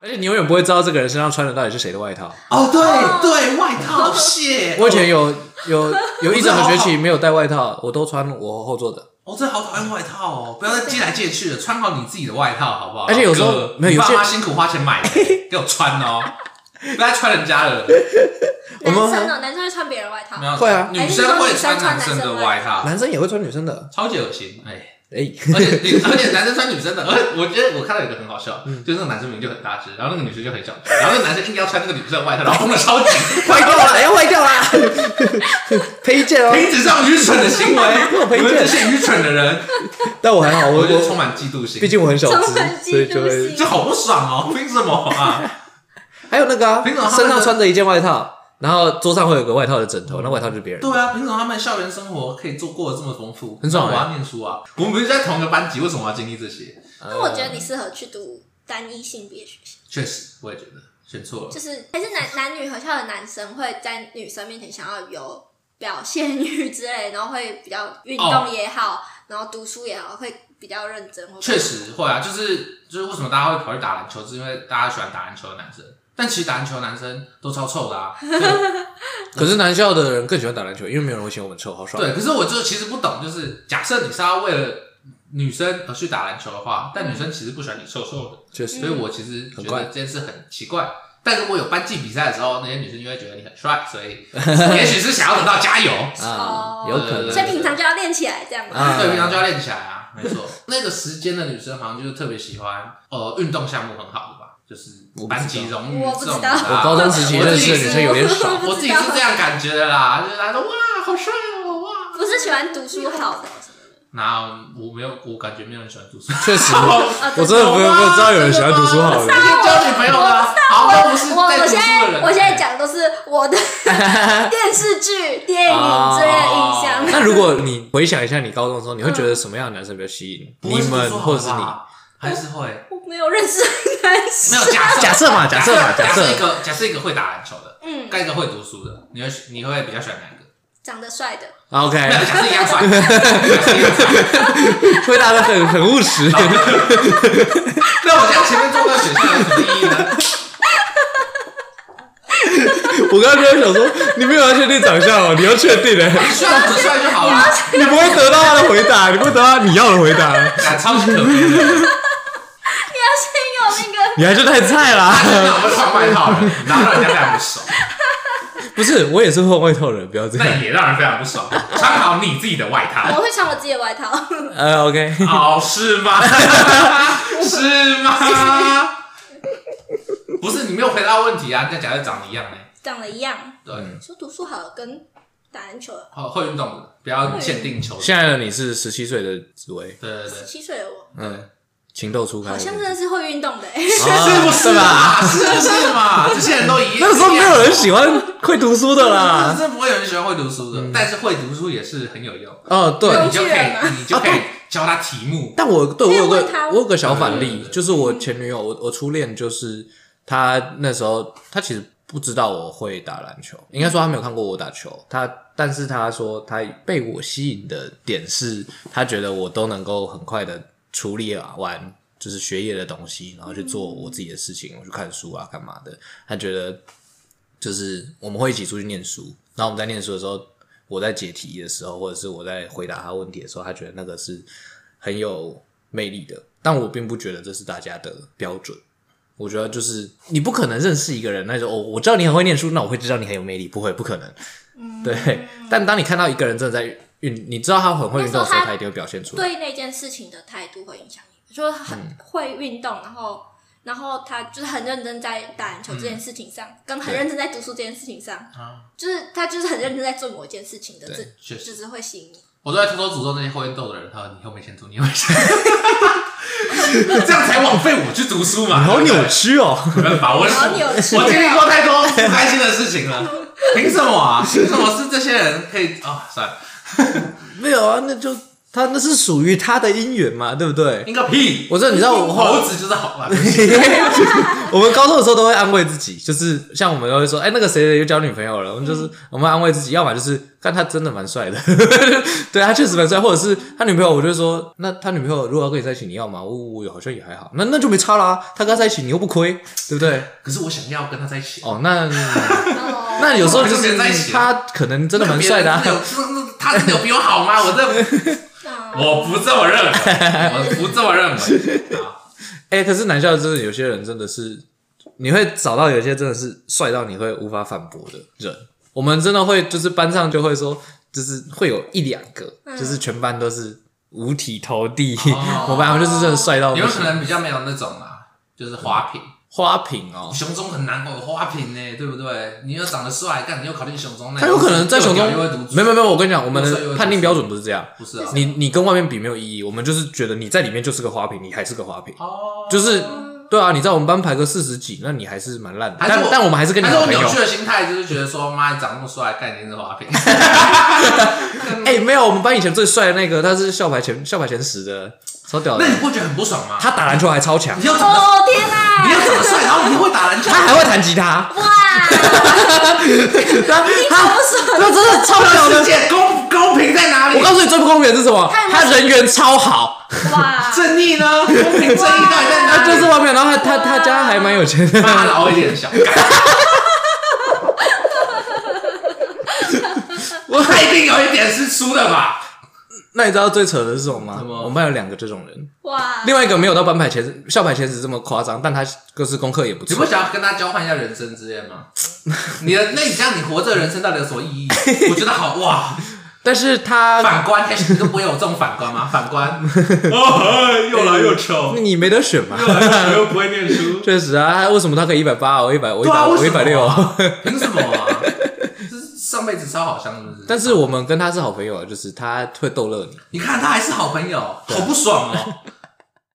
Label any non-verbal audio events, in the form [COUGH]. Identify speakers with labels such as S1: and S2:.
S1: 而且你永远不会知道这个人身上穿的到底是谁的外套。
S2: 哦，对对，外套谢，
S1: 我以前有有有一整个学期没有带外套，我都穿我后座的。
S2: 我、哦、真的好讨厌外套哦！不要再借来借去的，穿好你自己的外套好不好？
S1: 而且有时候
S2: 哥
S1: 没有
S2: 你
S1: 有
S2: 爸
S1: 些
S2: 妈辛苦花
S1: [LAUGHS]
S2: 钱买的，给我穿哦，不要再穿人家的了。
S1: 我
S3: 男
S1: 们
S3: 生啊呢，男生会穿别人外套
S2: 没，有
S1: 会啊
S2: 女生会穿男生的外套，
S1: 男生也会穿女生的，
S2: 超级恶心哎！
S1: 哎、
S2: 而
S1: [LAUGHS]
S2: 且女而且男生穿女生的，而且我觉得我看到有一个很好笑，
S1: 嗯
S2: 就是那个男生明明就很大只，然后那个女生就很小只，然后那个男生硬要穿那个女生的外套，然后封
S1: [LAUGHS]
S2: 的超紧，
S1: 坏掉了，要坏掉啦！ [LAUGHS] 推荐哦，
S2: 停止这种愚蠢的行为！
S1: 我
S2: 你
S1: 赔
S2: 们这
S1: 钱。
S2: 些愚蠢的人，
S1: 但我还好，我
S2: 我觉得充
S1: 我
S2: 满嫉妒心
S1: 毕，竟我很小
S3: 充满
S1: 只，所以
S3: 嫉
S1: 就
S3: 妒
S1: 会。
S2: [LAUGHS]
S3: 心
S2: 这。好不爽哦！凭什么啊？
S1: 还有那个啊
S2: 凭什么他，们
S1: 身上
S2: 的
S1: 穿着一件外套，然后桌上会有个外套的枕头，那外套就是别人的。
S2: 对啊，凭什么他们校园生活可以做过得这么丰富？
S1: 很爽欸
S2: 那我要念书啊！我们不是在同一个班级，为什么我要经历这些？
S3: 那
S1: 呃
S3: 我觉得你适合去读单一性别学校，
S2: 确实，我也觉得选错了
S3: 就。是还是男男女合校的男生会在女生面前想要有表现欲之类，然后会比较运
S2: 哦
S3: 动也好，然后读书也好，会比较认真。或者
S2: 确，实会啊，就是就是为什么大家会跑去打篮球，是因为大家喜欢打篮球的男生。但其实打篮球的男生都超臭的啊。
S1: [LAUGHS]
S2: 对
S1: 可是男校的人更喜欢打篮球，因为没有人会嫌我们臭，好爽。
S2: 对，可是我就其实不懂，就是假设你是要为了女生而去打篮球的话，但女生其实不喜欢你臭臭的，
S1: 确实
S2: 所以我其实觉
S1: 嗯很
S2: 得
S1: 怪
S2: 这件事很奇怪。但如果有班级比赛的时候，那些女生就会觉得你很帅，所以 [LAUGHS] 也许是想要得到
S1: [LAUGHS]
S2: 加油。
S1: 啊
S3: 哦，
S1: 有可能
S3: 所以平常就要练起来，这样嘛。
S1: 啊
S2: 对，平常就要练起来啊，
S1: 嗯
S2: 没错。那个时间的女生好像就是特别喜欢呃运动项目很好的吧，就是
S1: 我不知道
S2: 班级荣誉
S3: 我
S2: 这
S3: 不知
S2: 种的
S3: 道
S2: 啊。
S1: 我高中时期
S2: 我自
S1: 认识
S2: 己
S1: 的女
S2: 是
S1: 生有点少。
S3: 不
S2: 我自己是这样感觉的啦，就是她说哇好帅哦哇，
S3: 不是喜欢读书好
S2: [LAUGHS]
S3: 的什么的。
S2: 然后我没有，我感觉没有人喜欢读书，
S1: 确
S2: [LAUGHS]
S1: 实，
S3: 啊
S1: 我
S3: 对
S1: 真的 [LAUGHS] 没有没有知道有人喜欢读书好的。
S2: 那些交女朋友的啊，好像不是
S3: 我
S2: 在
S3: 我
S2: 读书
S3: 现
S2: 的
S3: 在
S2: 人。
S3: 我现在讲都是我的
S2: [LAUGHS]
S3: 电视剧、电影之类的印
S1: [LAUGHS]
S3: 象。
S2: 哦
S1: 那如果你回想一下你高中的时候，你会觉得什么样的男生比较吸引
S2: 不
S1: 你
S2: 会
S1: 你
S2: 是读
S1: 们，
S2: 书好
S1: 或者是
S2: 吧
S1: 你？
S2: 还是会
S3: 我没有认识的男
S2: [LAUGHS] 没
S3: 生，
S2: 有假设
S1: 假设
S2: [LAUGHS]
S1: 嘛假设嘛
S2: 假
S1: 假设
S2: 一个假设一个会打篮球的，
S3: 嗯，
S2: 跟一个会读书的，你会你会比较喜欢哪一个？
S3: 长得帅的，
S1: ？OK，
S2: 没有假设一样
S3: [LAUGHS]
S2: 帅， [LAUGHS] 假设一样帅。
S1: 回答的很很务实。
S2: 那我现在前面做那个选项有什么意义呢？
S1: 我刚刚就在想说，你没有要确定长相哦，你要确定
S2: [LAUGHS]
S1: 的，
S2: 你帅不帅就 [LAUGHS] 好了，
S1: 你不会得到他的回答，你不会得到你要的回答，
S2: 敢超级可悲的，
S3: 你要先有那个
S1: 你还是太菜
S2: [LAUGHS]
S1: 啦。
S2: 那我们换外套了，然后让人家非常不爽，
S1: 不是，我也是换外套人，不要这
S2: [LAUGHS] 那
S1: 样。
S2: 也让人非常不爽。穿好你自己的外，
S3: [LAUGHS]
S2: [LAUGHS]
S3: 我
S2: 套，
S3: 会穿我自己的外套，
S1: 呃，OK，
S2: 哦，是 [LAUGHS] 吗？是吗？ [LAUGHS] 不是，你没有回答问题啊！那假设长得一样呢？
S3: 长得一样。
S2: 对，
S3: 说读书好跟打篮球，
S2: 好会运动的，不要限定球
S1: 现在的你是十七岁的紫薇，
S2: 对对对
S3: 十，
S1: [LAUGHS]
S3: 七岁的我
S1: 嗯，情窦初开，
S3: 好像真的是会运动的、 [LAUGHS] 欸，
S1: 是
S2: 不是
S1: 吧？
S2: 嘛？啊是不是嘛？这些人都一样。
S1: 那时候没有人喜欢会读书的
S2: 啊，
S1: 啦。
S2: 真的不会有人喜欢会读书的，但是会读书也是很有用。
S1: 哦，嗯对，
S2: 你就可
S3: 工具人吗
S2: 以，你就可
S1: 啊
S2: 以教他题目。
S1: 但我对我有
S3: 可以
S1: 个
S3: 问他
S1: 我有个小反
S2: 对对
S1: 例
S2: 对，
S1: 就是我前女友，我我初恋就是她那时候，她其实不知道我会打篮球，应该说她没有看过我打球，她但是她说她被我吸引的点是，她觉得我都能够很快的处理完。就是学业的东西，然后去做我自己的事情，我去看书啊，干嘛的？她觉得就是我们会一起出去念书，然后我们在念书的时候，我在解题的时候，或者是我在回答他问题的时候，他觉得那个是很有魅力的。但我并不觉得这是大家的标准。我觉得就是你不可能认识一个人，那就哦，我知道你很会念书，那我会知道你很有魅力，不会，不可能。
S3: 嗯
S1: 对。但当你看到一个人真的在运，你知道他很会运动的时
S3: 那时
S1: 候，
S3: 候他
S1: 他一定会表现出来。
S3: 对那件事情的态度会影响你，说很会运动，然后。然后他就是很认真在打篮球这件事情上，跟很
S1: 对
S3: 认真在读书这件事情上，
S2: 啊，
S3: 就是他就是很认真在做某一件事情的，这
S1: 对
S2: 确
S3: 就
S2: 实，
S3: 是会吸引你。
S2: 我都在偷偷诅咒那些会运动的人，他说你以后没钱读，你以后没
S1: [LAUGHS]
S2: 钱读，这样才枉费我去读书嘛。
S1: 好扭
S2: 对不
S1: 曲哦！ [LAUGHS]
S2: 对没办法，我
S3: 好扭曲
S2: 我经历过太多不开心的事情了，啊凭什么啊？凭什么是这些人可以？哦，算了，
S1: 没有啊，那就他那是属于他的姻缘嘛，对不对？
S2: 应该屁！
S1: 我知道，你知道我后来
S2: 猴子就是好
S1: [LAUGHS]
S2: 玩，
S1: 我们高中的时候都会安慰自己，就是像我们都会说，哎、那个谁谁又交女朋友了，我们
S2: 嗯
S1: 就是、我们安慰自己，要么就是看他真的蛮帅的， [LAUGHS] 对他确实蛮帅，或者是他女朋友，我就会说，那他女朋友如果要跟你在一起，你要吗？我我好像也还好，那那就没差啦，他跟他在一起你又不亏，对不对？
S2: 可是我想要跟他在一起，
S1: 哦，那 [LAUGHS]
S3: 哦
S1: 那有时候就
S2: 跟别
S1: 是
S2: 人在一起啊
S1: 他可能真的蛮帅的、啊
S2: 那，个别人真的有他真的有比我
S1: [LAUGHS]
S2: 好吗？我这
S3: 那
S2: 我不这么认为，我不这么认
S1: 哦
S2: 为。好
S1: 哎、可是男校真的有些人真的是，你会找到有些真的是帅到你会无法反驳的人。我们真的会就是班上就会说，就是会有一两个，就是全班都是五体投地，
S2: 哦
S1: 我班就是真的帅到
S2: 你
S1: 不
S2: 们可
S1: 行。
S2: 能比较没有那种啊，就是花瓶。
S1: 花瓶哦，
S2: 熊中很难有花瓶呢，对不对？你又长得帅，干你又考进熊中，那
S1: 他有可能在熊中
S2: 又会读书
S1: 没有没有没有，我跟你讲，我们
S2: 又帅又
S1: 的
S2: 会
S1: 判定
S2: 读书
S1: 标准不是这样。
S2: 不是啊？
S1: 你你跟外面比没有意义，我们就是觉得你在里面就是个花瓶，你还是个花瓶，
S2: 哦，
S1: 就是对啊，你在我们班排个四十几，那你还是蛮烂的，
S2: 还是
S1: 但
S2: 我
S1: 但我们还是跟你
S2: 还是
S1: 好
S2: 我
S1: 朋友
S2: 扭。曲的心态就是觉得说，妈，你长那么帅，干你是花
S1: [LAUGHS]
S2: 瓶。
S1: 哎、没有，我们班以前最帅的那个，他是校排前校排前十的，超屌的
S2: 那。你不觉得很不爽吗？
S1: 他打篮球还超强
S2: 你，又长得，
S3: [LAUGHS] 哦天哪！
S2: 你又长得帅，然后你又会打篮球
S1: 他，还会弹吉他，
S3: 哇，
S1: 他他
S3: 不是
S1: 他真的超屌
S2: 世
S1: 的。
S2: 界公公平在哪里
S1: 我？告诉你，最不公平的是什么？
S3: 他有没有
S1: 他人缘超好，
S3: 哇，
S2: 正义呢？公平正义到底在哪
S1: 他
S2: 里？
S1: 就是外面，然后他他他家还蛮有钱的。
S2: 妈老一点小干。我他一定有一点是输的吧？
S1: [LAUGHS] 那你知道最扯的是什么吗？
S2: 什么
S1: 我们班有两个这种人，
S3: 哇，
S1: 另外一个没有到班排前十校排前十这么夸张，但他就是功课也不
S2: 你
S1: 错
S2: 不。想要跟他交换一下人生之恋吗？你的那你这样，你活着的人生到底有什么意义？我觉得好哇，
S1: 但是他
S2: 反观，你都不会有这种反观吗？反观，哦，又
S1: 老又
S2: 丑，
S1: 你没得选嘛？
S2: 哎又又不会念书，
S1: [LAUGHS] 确实啊，他为什么他可以一百八，我一百我一
S2: 对
S1: 百
S2: 啊，
S1: 我一
S2: 为
S1: 百
S2: 什
S1: 六
S2: 么？啊？凭什么啊？这是上辈子烧好香是不是？
S1: 但是我们跟他是好朋友啊，就是他会逗乐你。
S2: 你看他还是好朋友，好不爽哦！